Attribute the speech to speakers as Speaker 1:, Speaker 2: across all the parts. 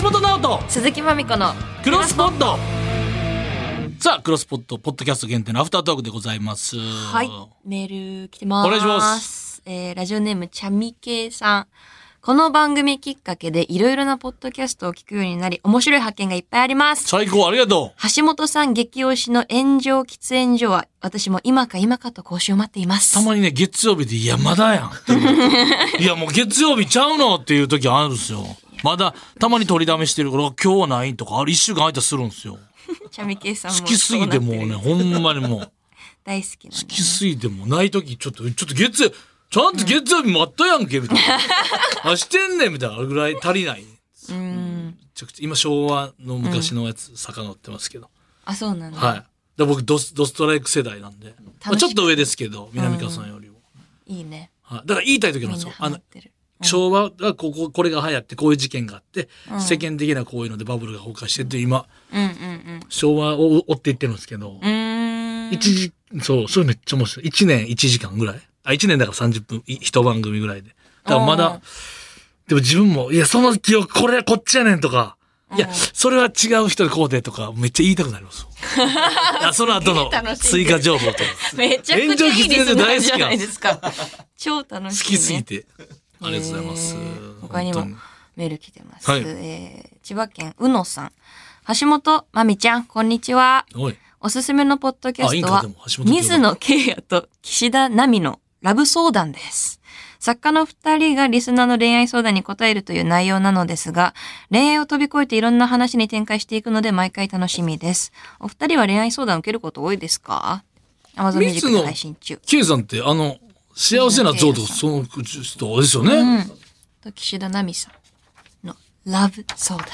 Speaker 1: 橋本直人
Speaker 2: 鈴木まみこの
Speaker 1: クロスポットさあクロスポットポッドキャスト限定のアフタートークでございます
Speaker 2: はいメール来てます
Speaker 1: お願いします、
Speaker 2: えーラジオネームちゃみけいさんこの番組きっかけでいろいろなポッドキャストを聞くようになり面白い発見がいっぱいあります
Speaker 1: 最高ありがと
Speaker 2: 橋本さん激推しの炎上喫煙所は私も今か今かと講習を待っています
Speaker 1: うたまにね月曜日で「いやまだやん」って いういやもう月曜日ちゃうのっていう時あるんですよまだたまに取りだめしてるから今日はないとかあれ1週間空いたりするんですよ
Speaker 2: ちゃみけいさんも
Speaker 1: 好きすぎてもうねほんまにもう
Speaker 2: 大好きなんで
Speaker 1: 好きすぎてもうない時ちょっとちょっと月曜ちゃんと月曜日もあったやんけみたい なあしてんねんみたいなあれぐらい足りない
Speaker 2: うん
Speaker 1: ちょくちょ今昭和の昔のやつ遡ってますけど、
Speaker 2: あそうなんだ、
Speaker 1: はいで僕ドスドストライク世代なんで、まあ、ちょっと上ですけど
Speaker 2: ん
Speaker 1: 南川さんよりも、
Speaker 2: い、いね
Speaker 1: はい、だから言いたい時なんで
Speaker 2: みん
Speaker 1: す
Speaker 2: な
Speaker 1: よ
Speaker 2: ハ
Speaker 1: あの
Speaker 2: マってる
Speaker 1: 昭和がこここれが流行ってこういう事件があって、
Speaker 2: うん
Speaker 1: 世間的なこういうのでバブルが崩壊してって今
Speaker 2: うんうんうん
Speaker 1: 昭和を追っていってるんですけど、
Speaker 2: うーん
Speaker 1: 一時そうそれめっちゃ面白い1年1時間ぐらいあ1年だから30分い一番組ぐらいでだからま
Speaker 2: う
Speaker 1: だ
Speaker 2: ん
Speaker 1: でも自分も「いやその記憶これこっちやねん」とか「いや
Speaker 2: うん
Speaker 1: それは違う人でこうで」とかめっちゃ言いたくなります いやその後の
Speaker 2: すげえ楽しんで
Speaker 1: 追
Speaker 2: る
Speaker 1: 加情報とか
Speaker 2: めちゃくちゃいいリスナーじゃないですか。超楽
Speaker 1: 好
Speaker 2: しい、
Speaker 1: き
Speaker 2: ね。
Speaker 1: すぎてありがとうございます
Speaker 2: へー他にも
Speaker 1: 本
Speaker 2: メール来てます。
Speaker 1: はい
Speaker 2: えー千葉県うのさん。橋本まみちゃん、こんにちは。
Speaker 1: 当におい
Speaker 2: おすすめのポッドキ
Speaker 1: あ
Speaker 2: ャ
Speaker 1: い
Speaker 2: ス
Speaker 1: い
Speaker 2: ト
Speaker 1: か
Speaker 2: は
Speaker 1: でも、橋本
Speaker 2: 水野圭也と岸田奈美のラブ相談です。作家の二人がリスナーの恋愛相談に答えるという内容なのですが、恋愛を飛び越えていろんな話に展開していくので毎回楽しみです。お二人は恋愛相談を受けること多いですか ?Amazon ミュージック
Speaker 1: 水野
Speaker 2: で配信中。
Speaker 1: K さんってあの幸せな像とかその人ですよね、
Speaker 2: と岸田奈美さんのラブ相談。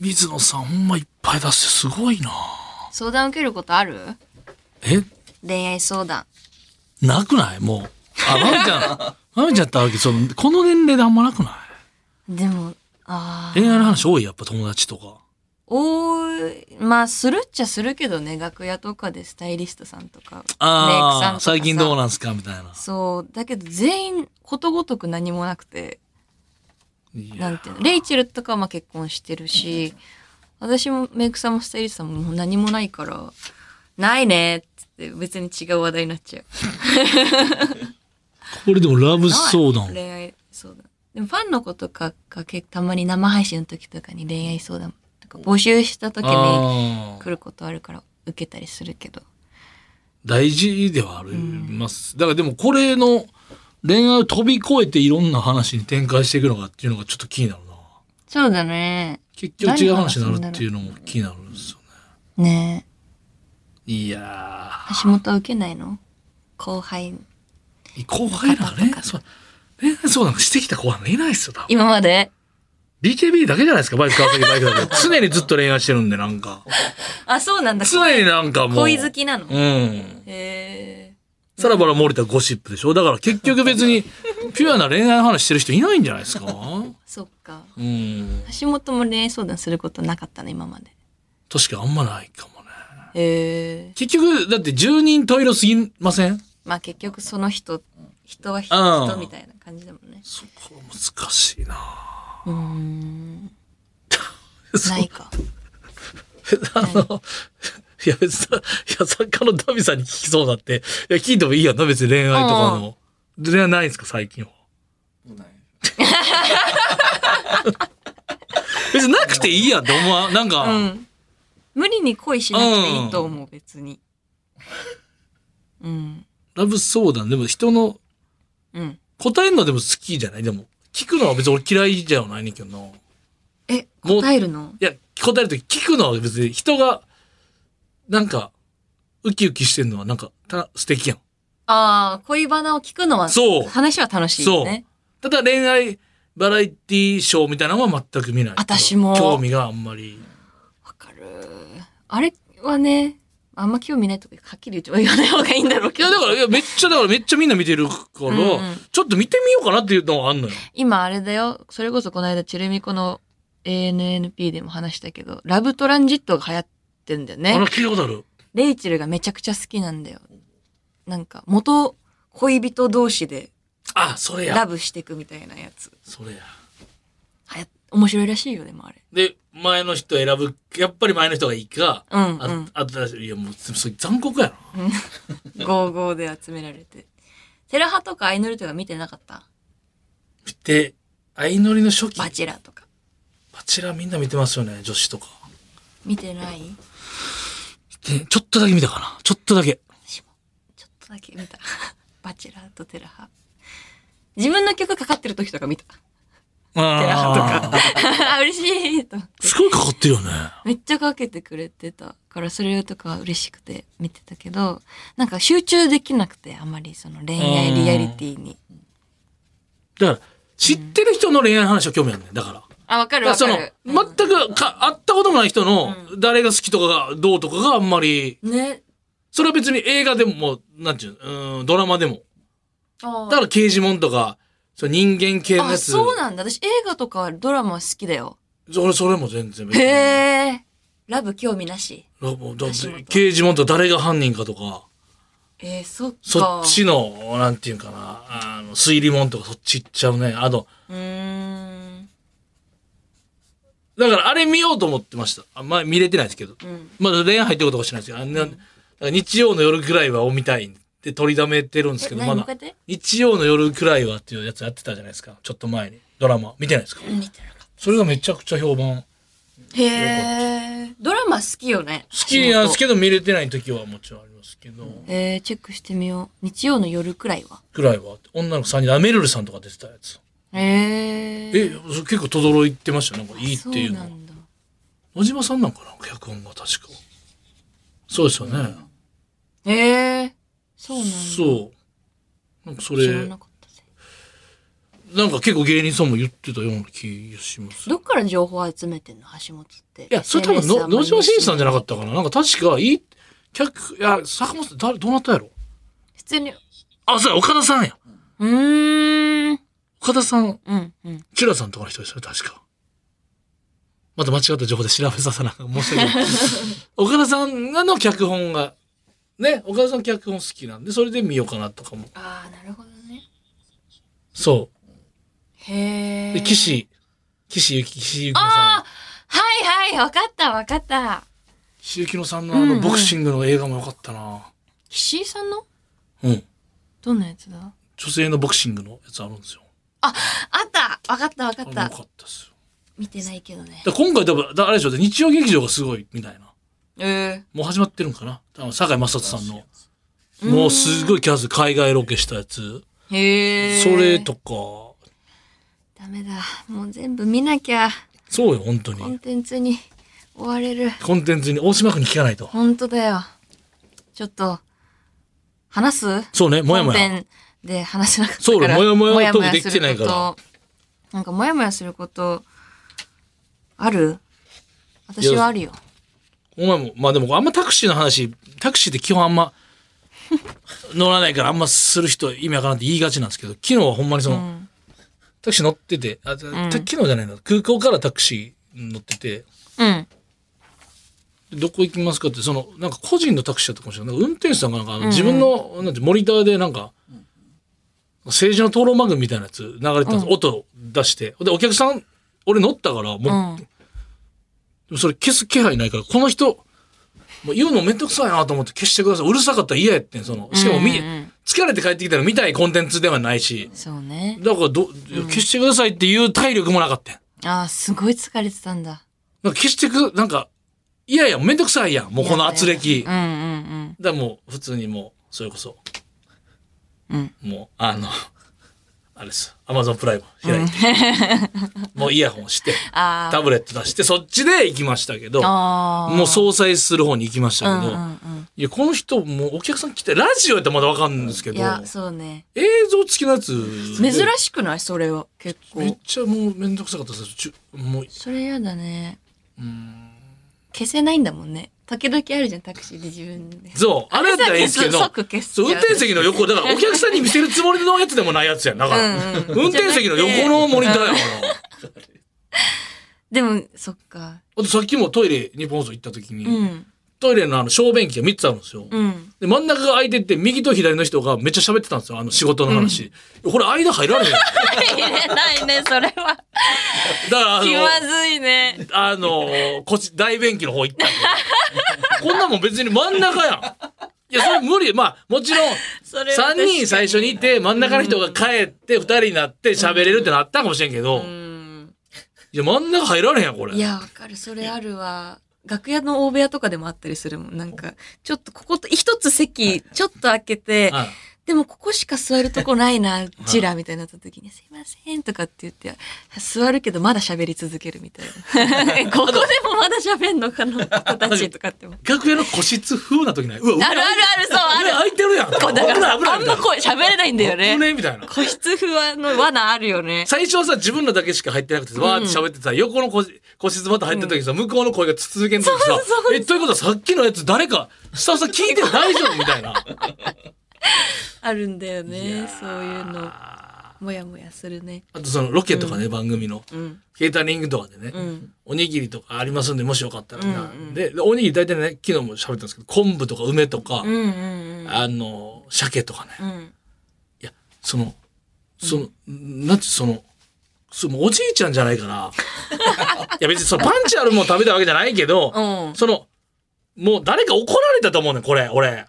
Speaker 1: 水野さんほんまいっぱい出してすごいな
Speaker 2: 相談受けることある
Speaker 1: え
Speaker 2: 恋愛相談。
Speaker 1: なくないもう。あ、まみち ゃん、まみちゃんってわけ、その、この年齢であんまなくない
Speaker 2: でも、ああ。
Speaker 1: 恋愛の話多いやっぱ友達とか。
Speaker 2: おーい、まあ、するっちゃするけどね、楽屋とかでスタイリストさんとか、メイク
Speaker 1: あ
Speaker 2: さんと
Speaker 1: あ、
Speaker 2: かさ
Speaker 1: 最近どうなんすかみたいな。
Speaker 2: そう、だけど全員ことごとく何もなくて、
Speaker 1: い
Speaker 2: なん
Speaker 1: や、
Speaker 2: ていうの、レイチェルとかはまあ結婚してるし、私もメイクさんもスタイリストさんももう何もないから、ないねっつって別に違う話題になっちゃう。
Speaker 1: これでもラブ相
Speaker 2: 恋
Speaker 1: 談。
Speaker 2: 愛相談。でもファンの子とかが結構たまに生配信の時とかに恋愛相談とか募集した時に
Speaker 1: あ
Speaker 2: 来
Speaker 1: ー
Speaker 2: ることあるから受けたりするけど。
Speaker 1: 大事ではあります。だからでもこれの恋愛を飛び越えていろんな話に展開していくのかっていうのがちょっと気になるな。
Speaker 2: そうだね。
Speaker 1: 結局違う話になるっていうのも気になるんですよね。
Speaker 2: ね
Speaker 1: いやー。
Speaker 2: え。橋本は受けないの後輩。
Speaker 1: 後輩らがね、そう、恋愛相談してきた子はいないですよ、多分。
Speaker 2: 今まで
Speaker 1: BKB だけじゃないですか、バイク川崎バイクだ け。常にずっと恋愛してるんで、なんか。
Speaker 2: あ、そうなんだ。
Speaker 1: 常になんかもう。
Speaker 2: 恋好きなの。へ
Speaker 1: うん。
Speaker 2: え。
Speaker 1: さらばら森田ゴシップでしょだから結局別に、ピュアな恋愛の話してる人いないんじゃないですか
Speaker 2: そっか。
Speaker 1: うん。
Speaker 2: 橋本も恋愛相談することなかったの、今まで。
Speaker 1: 確かにあんまないかもね。
Speaker 2: へえ。
Speaker 1: 結局、だって10人トイレすぎません
Speaker 2: まあ結局その人、人は
Speaker 1: うん
Speaker 2: 人人みたいな感じだもんね。
Speaker 1: そこは難しいな
Speaker 2: うーん。
Speaker 1: そう
Speaker 2: ないか。
Speaker 1: あの、 いや別に、いや作家のダビさんに聞きそうだって、いや聞いてもいいやんな、別に恋愛とかの。恋愛ないんですか、最近は。 別になくていいやんって思わん、なんか、
Speaker 2: うん。無理に恋しなくていいと思う、別 に。うん。
Speaker 1: ラブ相談、でも人の、
Speaker 2: うん。
Speaker 1: 答えるのでも好きじゃないでも、聞くのは別に俺嫌いじゃないねんけどな。い
Speaker 2: え、
Speaker 1: もう
Speaker 2: 答えるの
Speaker 1: や、答えるとき聞くのは別に人が、なんか、ウキウキしてんのはなんか、た素敵やん。
Speaker 2: ああ、恋バナを聞くのは、
Speaker 1: そう
Speaker 2: 話は楽しいよね。
Speaker 1: ただ恋愛バラエティショーみたいなのは全く見ない。
Speaker 2: 私も
Speaker 1: 興味があんまり。
Speaker 2: わかる。あれはね、あんま興味ないとか、はっきり言っちゃ言わない方がいいんだろう
Speaker 1: い
Speaker 2: けど。
Speaker 1: や、だから、いや、めっちゃ、だからめっちゃみんな見てるから、
Speaker 2: うんうん
Speaker 1: ちょっと見てみようかなっていうのがあんのよ。
Speaker 2: 今あれだよ、それこそこの間、チェルミコの ANNP でも話したけど、ラブトランジットが流行ってんだよ
Speaker 1: あら、
Speaker 2: ね。
Speaker 1: 聞いたことある。
Speaker 2: レイチェルがめちゃくちゃ好きなんだよ。なんか、元恋人同士で
Speaker 1: あ、それ
Speaker 2: ラ
Speaker 1: や。
Speaker 2: ブしていくみたいなやつ。
Speaker 1: それや。
Speaker 2: はや面白いらしいよ、でもあれ。
Speaker 1: で、前の人選ぶ、やっぱり前の人がいいか、
Speaker 2: うんう
Speaker 1: あ
Speaker 2: ん、
Speaker 1: あったらしい、いやもう、それ残酷やな。
Speaker 2: ゴーゴーで集められて。セラハとかアイノルとか見てなかった
Speaker 1: で、相乗りの初期、
Speaker 2: バ
Speaker 1: バ
Speaker 2: チェラとか。
Speaker 1: チェラーみんな見てますよね、女子とか。
Speaker 2: 見てない
Speaker 1: で、ちょっとだけ見たかな。ちょっとだけ。
Speaker 2: 私も。ちょっとだけ見た。 バチェラとテラハ。自分の曲かかってる時とか見た。
Speaker 1: ああ。
Speaker 2: あー 嬉しいと思って
Speaker 1: すごいかかってるよね。
Speaker 2: めっちゃかけてくれてたからそれとかは嬉しくて見てたけどなんか集中できなくてあまりその恋愛リアリティに
Speaker 1: だから、知ってる人の恋愛の話は興味あるね。だから。
Speaker 2: あわ
Speaker 1: だ
Speaker 2: か
Speaker 1: か
Speaker 2: る
Speaker 1: ら
Speaker 2: わ
Speaker 1: そ
Speaker 2: か
Speaker 1: の
Speaker 2: る、
Speaker 1: 全くか、会ったこともない人の、誰が好きとかが、どうとかがあんまり、
Speaker 2: ね
Speaker 1: それは別に映画でも、なんていうの、うん、ドラマでも。
Speaker 2: あ
Speaker 1: だから刑事もんとか、その人間系のや
Speaker 2: あ
Speaker 1: つ。
Speaker 2: そうなんだ私映画とかドラマ好きだよ
Speaker 1: 俺、それも全然別
Speaker 2: へ
Speaker 1: に。
Speaker 2: えラブ興味なし
Speaker 1: だだ
Speaker 2: 橋本
Speaker 1: 刑事もんとか誰が犯人かとか、
Speaker 2: えー、そっか
Speaker 1: そっちの、なんていうかな、あの、推理もんとかそっち行っちゃうね。あと、
Speaker 2: うーん
Speaker 1: だからあれ見ようと思ってました。あんまり見れてないですけど。
Speaker 2: うん
Speaker 1: まだ恋愛入ってことかしないですよ。あんなだから日曜の夜くらいはを見たいって取りだめてるんです
Speaker 2: え
Speaker 1: けど、
Speaker 2: 何
Speaker 1: ま
Speaker 2: もう
Speaker 1: だ
Speaker 2: 一回。やって
Speaker 1: 日曜の夜くらいはっていうやつやってたじゃないですか。ちょっと前に。ドラマ。見てないですか
Speaker 2: 見てなかっ
Speaker 1: それがめちゃくちゃ評判。
Speaker 2: たへえドラマ好きよね
Speaker 1: 好きなんです
Speaker 2: け
Speaker 1: けど、見れてない時はもちろんありますけど、
Speaker 2: えー、チェックしてみよう日曜の夜くらいは
Speaker 1: くらいは。女の子3人、アメルルさんとか出てたやつ。
Speaker 2: へえ
Speaker 1: え、そ結構とどろいてましたよなんかいいっていうの
Speaker 2: そ
Speaker 1: は
Speaker 2: うな。んだ
Speaker 1: 野島さんなんかな脚本が確か。そうですよね。
Speaker 2: へえそうなんだ
Speaker 1: そう。なんかそれ
Speaker 2: 知、らなかったぜ
Speaker 1: なんか結構芸人さんも言ってたような気がします。い
Speaker 2: どっから情報集めてんの橋本ってい
Speaker 1: や、それ多分の、野島伸二さんじゃなかったかな。なんか確か、いい、客、いや、坂本さん、誰、どうなったやろ
Speaker 2: 普通にう
Speaker 1: あ、そうや、岡田さんや。
Speaker 2: ーん
Speaker 1: 岡田さん、
Speaker 2: うんうん
Speaker 1: チュラさんとかの人ですよね、確か。また間違った情報で調べさせなく申し 訳ない。岡田さんの脚本が、ね、岡田さん脚本好きなんで、それで見ようかなとかも。
Speaker 2: ああなるほどね
Speaker 1: そ
Speaker 2: へ
Speaker 1: う。
Speaker 2: え
Speaker 1: で、岸、岸ゆき、岸ゆきのさん
Speaker 2: ああ。はいはいわかったわかった
Speaker 1: 岸ゆきのさんのあ
Speaker 2: うんう
Speaker 1: の、
Speaker 2: ん
Speaker 1: ボクシングの映画も良かったな。
Speaker 2: 岸井さんの
Speaker 1: うん。
Speaker 2: どんなやつだ
Speaker 1: 女性のボクシングのやつあるんですよ。
Speaker 2: あったわかったわ
Speaker 1: あ
Speaker 2: か
Speaker 1: れ
Speaker 2: っ
Speaker 1: も良
Speaker 2: た
Speaker 1: かったですよ。
Speaker 2: 見てないけどね
Speaker 1: だから今回多分、だあれでしょ、日曜劇場がすごいみたいな。
Speaker 2: え
Speaker 1: もう始まってるんかな多分、堺雅人さんの。
Speaker 2: うん
Speaker 1: もうすごい数、海外ロケしたやつ。
Speaker 2: えへえ
Speaker 1: それとか、
Speaker 2: ダメだもう全部見なきゃ
Speaker 1: そうよ、本当
Speaker 2: コン
Speaker 1: に。
Speaker 2: テンツに追われる
Speaker 1: コンテンツに、大島君に聞かないと。
Speaker 2: 本当だよ。ちょっと、話す
Speaker 1: そうね、もやも
Speaker 2: 本
Speaker 1: や。
Speaker 2: 編で話せなかったから。
Speaker 1: そうだもやもやトークでき
Speaker 2: す
Speaker 1: て
Speaker 2: る
Speaker 1: ないから
Speaker 2: こと。なんか、もやもやすること、ある私はあるよ。
Speaker 1: お前も、まあでも、あんまタクシーの話、タクシーって基本あんま、乗らないからあんまする人意味わからんって言いがちなんですけど、昨日はほんまにその、
Speaker 2: うん
Speaker 1: タクシー乗ってて、あ、じゃ
Speaker 2: うん
Speaker 1: た昨日じゃないの、空港からタクシー乗ってて、
Speaker 2: うん。
Speaker 1: でどこ行きますかって、その、なんか個人のタクシーだったかもしれない。なんか運転手さんがなんかあの自分の、なんてモニターでなんか、政治の討論番組みたいなやつ流れてたんです、
Speaker 2: う
Speaker 1: 音を出して。で、お客さん、俺乗ったから、
Speaker 2: う
Speaker 1: もう、
Speaker 2: ん。
Speaker 1: でもそれ消す気配ないから、この人、もう言うのめんどくさいなと思って消してください。うるさかったら嫌やってん、その。しかも見、
Speaker 2: うんうん
Speaker 1: 疲れて帰ってきたら見たいコンテンツではないし。
Speaker 2: そうね。
Speaker 1: だからど、消してくださいっていう体力もなかったん。
Speaker 2: ああ、すごい疲れてたんだ。
Speaker 1: なんか消してく、なんか、いやいや、めんどくさいやん。もうこの圧力。
Speaker 2: うんうん
Speaker 1: だからもう、普通にもう、それこそ、
Speaker 2: うん。うん。
Speaker 1: もう、あの、 あれです。アマゾンプライム開いて。もうイヤホンして、
Speaker 2: あ
Speaker 1: タブレット出して、そっちで行きましたけど、
Speaker 2: あ。ああ。
Speaker 1: もう総裁する方に行きました
Speaker 2: うん
Speaker 1: け
Speaker 2: う
Speaker 1: ど、
Speaker 2: んうん。
Speaker 1: いや、この人、もうお客さん来て、ラジオやったらまだわかるんですけ
Speaker 2: い
Speaker 1: ど、
Speaker 2: や、そうね。
Speaker 1: 映像付きのやつで、
Speaker 2: 珍しくないそれは。結
Speaker 1: めっ
Speaker 2: 構。
Speaker 1: ちゃもうめんどくさかったです。ちゅもう、
Speaker 2: それやだね。
Speaker 1: うん。
Speaker 2: 消せないんだもんね。時々あるじゃん、タクシーで自分で。
Speaker 1: そう、あれやったらいいんですけど、
Speaker 2: 即消す。
Speaker 1: そう、運転席の横、だからお客さんに見せるつもりのやつでもないやつやん。だから、
Speaker 2: うんうん
Speaker 1: 運転席の横のモニターやから。
Speaker 2: でも、そっか。
Speaker 1: あとさっきもトイレ日本放送行った時に、
Speaker 2: うん。
Speaker 1: トイレのあの小便器が3つあるんですよ。
Speaker 2: うん。
Speaker 1: で真ん中が空いてて右と左の人がめっちゃ喋ってたんですよあの仕事の話、これ間入ら れへんだか
Speaker 2: 入れないね、それは。
Speaker 1: らあ
Speaker 2: 気ま
Speaker 1: の
Speaker 2: ずいね。
Speaker 1: あのこっち大便器の方行ったんでこんなもん別に真ん中やんいやそれ無理まあもちろん
Speaker 2: それは確か
Speaker 1: 3
Speaker 2: に
Speaker 1: 人最初にいて真ん中の人が帰って2人になって喋れるってのあったかもしれんけど、
Speaker 2: うん。
Speaker 1: いや真ん中入られへんやんこれ
Speaker 2: いや、わかる。それあるわ。楽屋の大部屋とかでもあったりするもん。なんか、ちょっとここと、一つ席、ちょっと開けて、
Speaker 1: はい
Speaker 2: でもここしか座るとこないな、うちら、みたいになった時に、すいません、とかって言って、座るけどまだ喋り続けるみた いな。ここでもまだ喋んのかな、子たちとかっても。
Speaker 1: 楽屋の個室風な時ないうわ
Speaker 2: あるあるある、そう、あ
Speaker 1: 上
Speaker 2: る。
Speaker 1: 空いてるやん
Speaker 2: こうだか
Speaker 1: 危
Speaker 2: ら、
Speaker 1: ない危ない
Speaker 2: あんま声喋れないんだよ
Speaker 1: 危
Speaker 2: ね。
Speaker 1: ねえみたいな
Speaker 2: 個室不安の罠あるよね。
Speaker 1: 最初はさ自分らだけしか入ってなくてさわーって喋ってさ、横の個個室また入った時にさ、向こうの声が続けん時さ
Speaker 2: そうそうそう
Speaker 1: えということはさっきのやつ誰かスタッフさん聞いてる大丈夫みたいな
Speaker 2: あるんだよね、そういうの。
Speaker 1: あ
Speaker 2: もやもやするね。
Speaker 1: とそのロケとかね、番組の
Speaker 2: うん。
Speaker 1: ケータリングとかでね、
Speaker 2: うん。
Speaker 1: おにぎりとかありますんでもしよかったらな、
Speaker 2: うんうん
Speaker 1: ででおにぎり大体ね昨日も喋ったんですけど昆布とか梅とか、
Speaker 2: うんうん
Speaker 1: あの鮭とかね
Speaker 2: うん。うん。
Speaker 1: いやそのその、なんてそのそのおじいちゃんじゃないか ないや別にそのパンチあるもん食べたわけじゃないけど、
Speaker 2: うん。
Speaker 1: そのもう誰か怒られたと思うねんこれ俺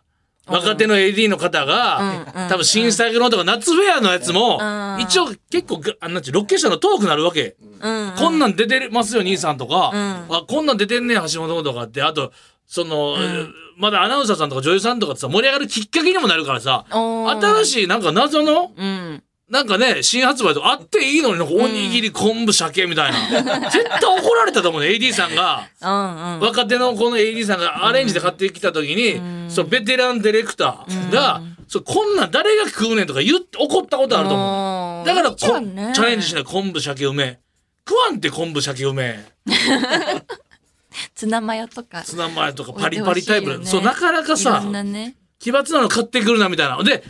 Speaker 1: 若手の AD の方が、
Speaker 2: うんうん
Speaker 1: 多分新作のとか夏フェアのやつも、
Speaker 2: うん
Speaker 1: 一応結構あなんちゅうロケ者のトークなるわけ、
Speaker 2: うん。
Speaker 1: こんなん出てますよ兄さんとか、
Speaker 2: うん
Speaker 1: あこんなん出てんねん橋本とかってあとその、
Speaker 2: ん
Speaker 1: まだアナウンサーさんとか女優さんとかってさ盛り上がるきっかけにもなるからさ新
Speaker 2: い。
Speaker 1: しいなんか謎の
Speaker 2: うん。
Speaker 1: なんかね新発売とかあっていいのになんかおにぎり昆布鮭みたい な、絶対怒られたと思うね AD さんが。
Speaker 2: うんうん。
Speaker 1: 若手のこの AD さんがアレンジで買ってきた時に、
Speaker 2: うん
Speaker 1: そのベテランディレクターが、そうこんなん誰が食うねんとか言って怒ったことあると思う。
Speaker 2: 思
Speaker 1: だからこチ
Speaker 2: ね、
Speaker 1: ャレンジし
Speaker 2: ない。
Speaker 1: ない昆布鮭梅。食わんって昆布鮭梅。
Speaker 2: ツナマヨとか。
Speaker 1: ツナマヨとかパリパリタイプ
Speaker 2: 置いてほしい
Speaker 1: の。そう、
Speaker 2: よね
Speaker 1: なかなか
Speaker 2: い
Speaker 1: さ
Speaker 2: ろん、なね。
Speaker 1: 奇抜なの買ってくるなみたいな。で、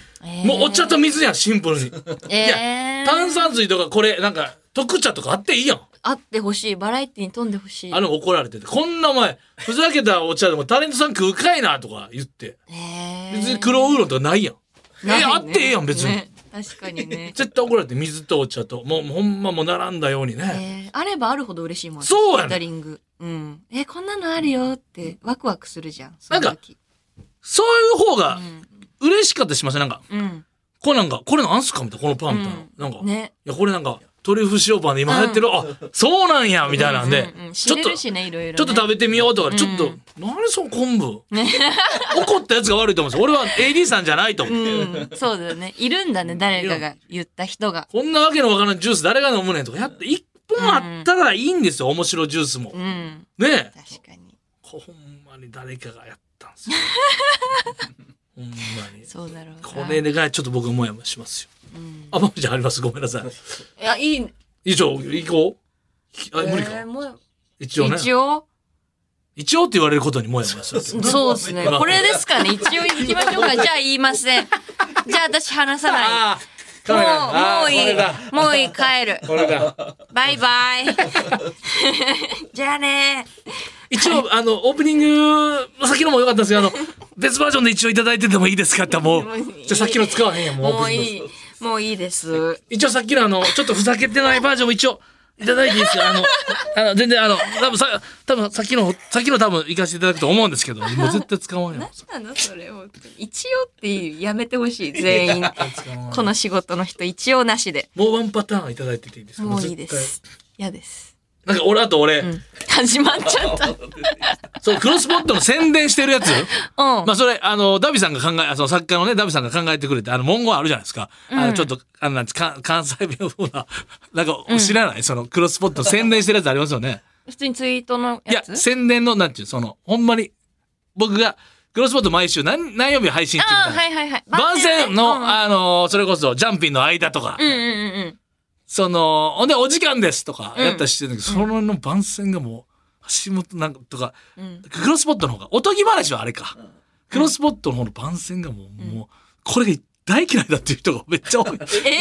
Speaker 1: もうお茶と水やん、シンプルに。
Speaker 2: えー、
Speaker 1: 炭酸水とかこれ、なんか、特茶とかあっていいやん。
Speaker 2: あってほしい。バラエティに富んでほしい。
Speaker 1: あの怒られてて。こんなお前、ふざけたお茶でもタレントさん食うかいなとか言って。
Speaker 2: えー
Speaker 1: 別に黒ウーロンとかないやん。
Speaker 2: ないね
Speaker 1: えあってええやん別に
Speaker 2: ね確か にね。
Speaker 1: 絶対怒られて水とお茶ともうもうほんまもう並んだようにね、
Speaker 2: えーあればあるほど嬉しいもん
Speaker 1: そうやね
Speaker 2: ケータリング。うん。えこんなのあるよってワクワクするじゃん。
Speaker 1: なんか
Speaker 2: その時
Speaker 1: そういう方が嬉しかったりしませんなんか
Speaker 2: うん。
Speaker 1: これなんかこれなんすかみたいなこのパンみたいな、
Speaker 2: うん
Speaker 1: なんか、
Speaker 2: うん。ね。
Speaker 1: いやこれなんかトリュフ塩パンで今流行ってる、あそうなんやみたいなんで、
Speaker 2: うううん
Speaker 1: ち
Speaker 2: 知
Speaker 1: ょっ
Speaker 2: れ
Speaker 1: と、
Speaker 2: るしね、いろいろね。
Speaker 1: ちょっと食べてみようとか、
Speaker 2: うん
Speaker 1: ちょっと何その 昆布
Speaker 2: ね
Speaker 1: 怒ったやつが悪いと思うんですよ俺は AD さんじゃないと思う、
Speaker 2: うん。そうだよね。いるんだね、誰かが言った人が。
Speaker 1: こんなわけのわからんジュース誰が飲むねんとかやって一本あったらいいんですよ面白ジュースも
Speaker 2: う、ん。
Speaker 1: ねえ
Speaker 2: 確かに。
Speaker 1: ほんまに誰かがやったんです よほんまに
Speaker 2: そうだろうな。
Speaker 1: これがちょっと僕はもやもやしますよ。
Speaker 2: うん。
Speaker 1: あ、まみちゃんあります。ごめんなさい。
Speaker 2: いや、いい。
Speaker 1: 以上、行こうき。あ、無理
Speaker 2: えー
Speaker 1: か。
Speaker 2: もう
Speaker 1: 一応ね。
Speaker 2: 一応。
Speaker 1: 一応って言われることにもやもやする。
Speaker 2: そうですね。これですかね。一応行きま しょうか。じゃあ言いません。じゃあ私話さない。
Speaker 1: あー
Speaker 2: もう、
Speaker 1: あー
Speaker 2: もういい
Speaker 1: これだ。
Speaker 2: もういい、帰る。
Speaker 1: これだ。
Speaker 2: バイ バイ。じゃあね
Speaker 1: 一応、あの、オープニング、さっきのも良かったんですけど、あの、別バージョンで一応いただいててもいいですかってもう、
Speaker 2: もういい
Speaker 1: じゃあさっきの使わへんやん、もう。
Speaker 2: も ういい、もういいです。
Speaker 1: 一応さっきのあの、ちょっとふざけてないバージョンも一応、いただいていいですかあの、あの、全然あの、多分さ、多分さっきの、さっきの多分行かせていただくと思うんですけど、もう絶対使わんよ。
Speaker 2: なんだそれ、本当に一応ってやめてほしい、 全員。この仕事の人、一応なしで。
Speaker 1: もうワンパターンいただいてていいですか
Speaker 2: もういいで
Speaker 1: 絶
Speaker 2: す。嫌です。
Speaker 1: 対なんか俺、あと俺、
Speaker 2: うん。始まっちゃ った。
Speaker 1: そう、クロスポットの宣伝してるやつ
Speaker 2: うん。
Speaker 1: まあそれ、あの、ダビさんが考え、あその作家のね、ダビさんが考えてくれて、あの、文言あるじゃないですか。あの、ちょっと、あの、なんてか関西弁の風な、なんか、知らない、その、クロスポットの宣伝してるやつありますよね。
Speaker 2: 普通にツイートの
Speaker 1: いや、
Speaker 2: やつ
Speaker 1: 宣伝の、なんていう、その、ほんまに、僕が、クロスポット毎週何、何曜日配信中み
Speaker 2: あ
Speaker 1: た
Speaker 2: あ、
Speaker 1: いな。
Speaker 2: はいはいはい。
Speaker 1: 番宣
Speaker 2: うん
Speaker 1: の、あの、それこそ、ジャンピンの間とか、
Speaker 2: うんうんうんうん。
Speaker 1: その、ほんで、お時間ですとか、やったりしてるんだけど、その番宣がもう、橋本なんかとか、
Speaker 2: うん
Speaker 1: クロスポットの方が、おとぎ話はあれか。クロスポットの方の番宣がもう、もう、これが大嫌いだっていう人が めっちゃ多い。なんか、
Speaker 2: え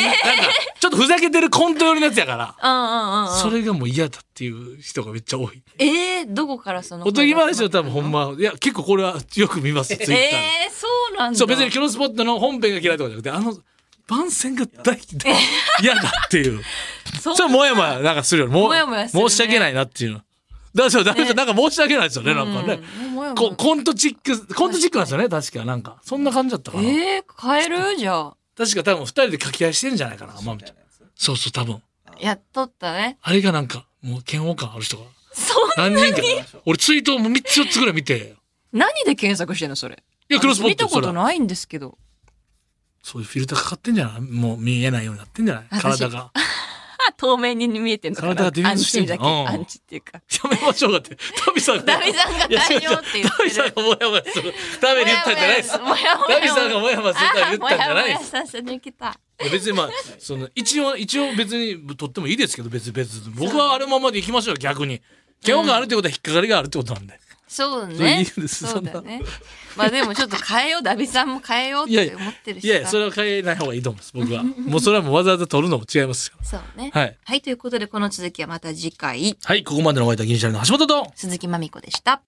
Speaker 1: ちょっとふざけてるコント寄りのやつやから、
Speaker 2: ー、うんうんうんうん。
Speaker 1: それがもう嫌だっていう人がめっちゃ多い。
Speaker 2: えー、どこからその。
Speaker 1: おとぎ話は多分ほん。ま、いや、結構これはよく見ます、ツイッターで。
Speaker 2: えー、そうなんだ。
Speaker 1: そう、別にキョロスポットの本編が嫌いとかじゃなくて、あの、番宣が大大嫌だって いう。
Speaker 2: そ
Speaker 1: それはもやもやなんかするよね。も
Speaker 2: もやもやするね
Speaker 1: 申し訳ないなっていうの。だそう、だそうなんか申し訳ないですよね、なんかね。
Speaker 2: うんもやもや
Speaker 1: こコントチック、コントチックなんですよね、確か。なんか、そんな感じだったかな。
Speaker 2: えー、変えるじゃあ。
Speaker 1: 確か多分二人で掛け合いしてるんじゃないかな、まみちゃん。そうそう、多分。
Speaker 2: やっとったね。
Speaker 1: あれがなんか、もう嫌悪感ある人が。
Speaker 2: そ
Speaker 1: 何人か。俺ツイートもう3つ4つぐらい見て。
Speaker 2: う、何で検索してんのそれ。
Speaker 1: いや、クロスポッ
Speaker 2: 見た
Speaker 1: ト、そ
Speaker 2: こ
Speaker 1: れ
Speaker 2: と。ないんですけど。
Speaker 1: そういうフィルターかかってんじゃないもう見えないようになってんじゃない
Speaker 2: 私
Speaker 1: 体が。
Speaker 2: あ、透明に見えてんのかな。
Speaker 1: 体がディフェ
Speaker 2: ア
Speaker 1: ン
Speaker 2: ン
Speaker 1: スして
Speaker 2: チ
Speaker 1: んじ
Speaker 2: だ
Speaker 1: ゃん
Speaker 2: け。ア
Speaker 1: うん
Speaker 2: ンチっていうか。
Speaker 1: やめましょうだって。タビさんが。
Speaker 2: ダビさんが大丈夫って言ってる
Speaker 1: いや違う違うダビさんがもやもやする。ダメに言ったんじゃないです。
Speaker 2: もやもや
Speaker 1: ダビさんがもやもやするから言ったんじゃない
Speaker 2: あーもやもや
Speaker 1: です。
Speaker 2: させてきた。
Speaker 1: 別にまあ、その、一応、一応別に取ってもいいですけど、別に別に。僕はあるままで行きましょうよ、逆に。嫌悪があるってことは引っかかりがあるってことなんで。
Speaker 2: そう
Speaker 1: それいい
Speaker 2: ね。
Speaker 1: んです
Speaker 2: そうだね。まあでもちょっと変えよう、ダビさんも変えようっ
Speaker 1: いやい
Speaker 2: て
Speaker 1: や
Speaker 2: 思ってるし
Speaker 1: い
Speaker 2: さ。
Speaker 1: やいや、それは変えない方がいいと思います、僕は。もうそれはもうわざわざ取るのも違いますから。
Speaker 2: そうね。
Speaker 1: はい。
Speaker 2: はい、ということでこの続きはまた次回、
Speaker 1: はい、ここまでのお相手は銀シャリの橋本と。
Speaker 2: 鈴木まみこでした。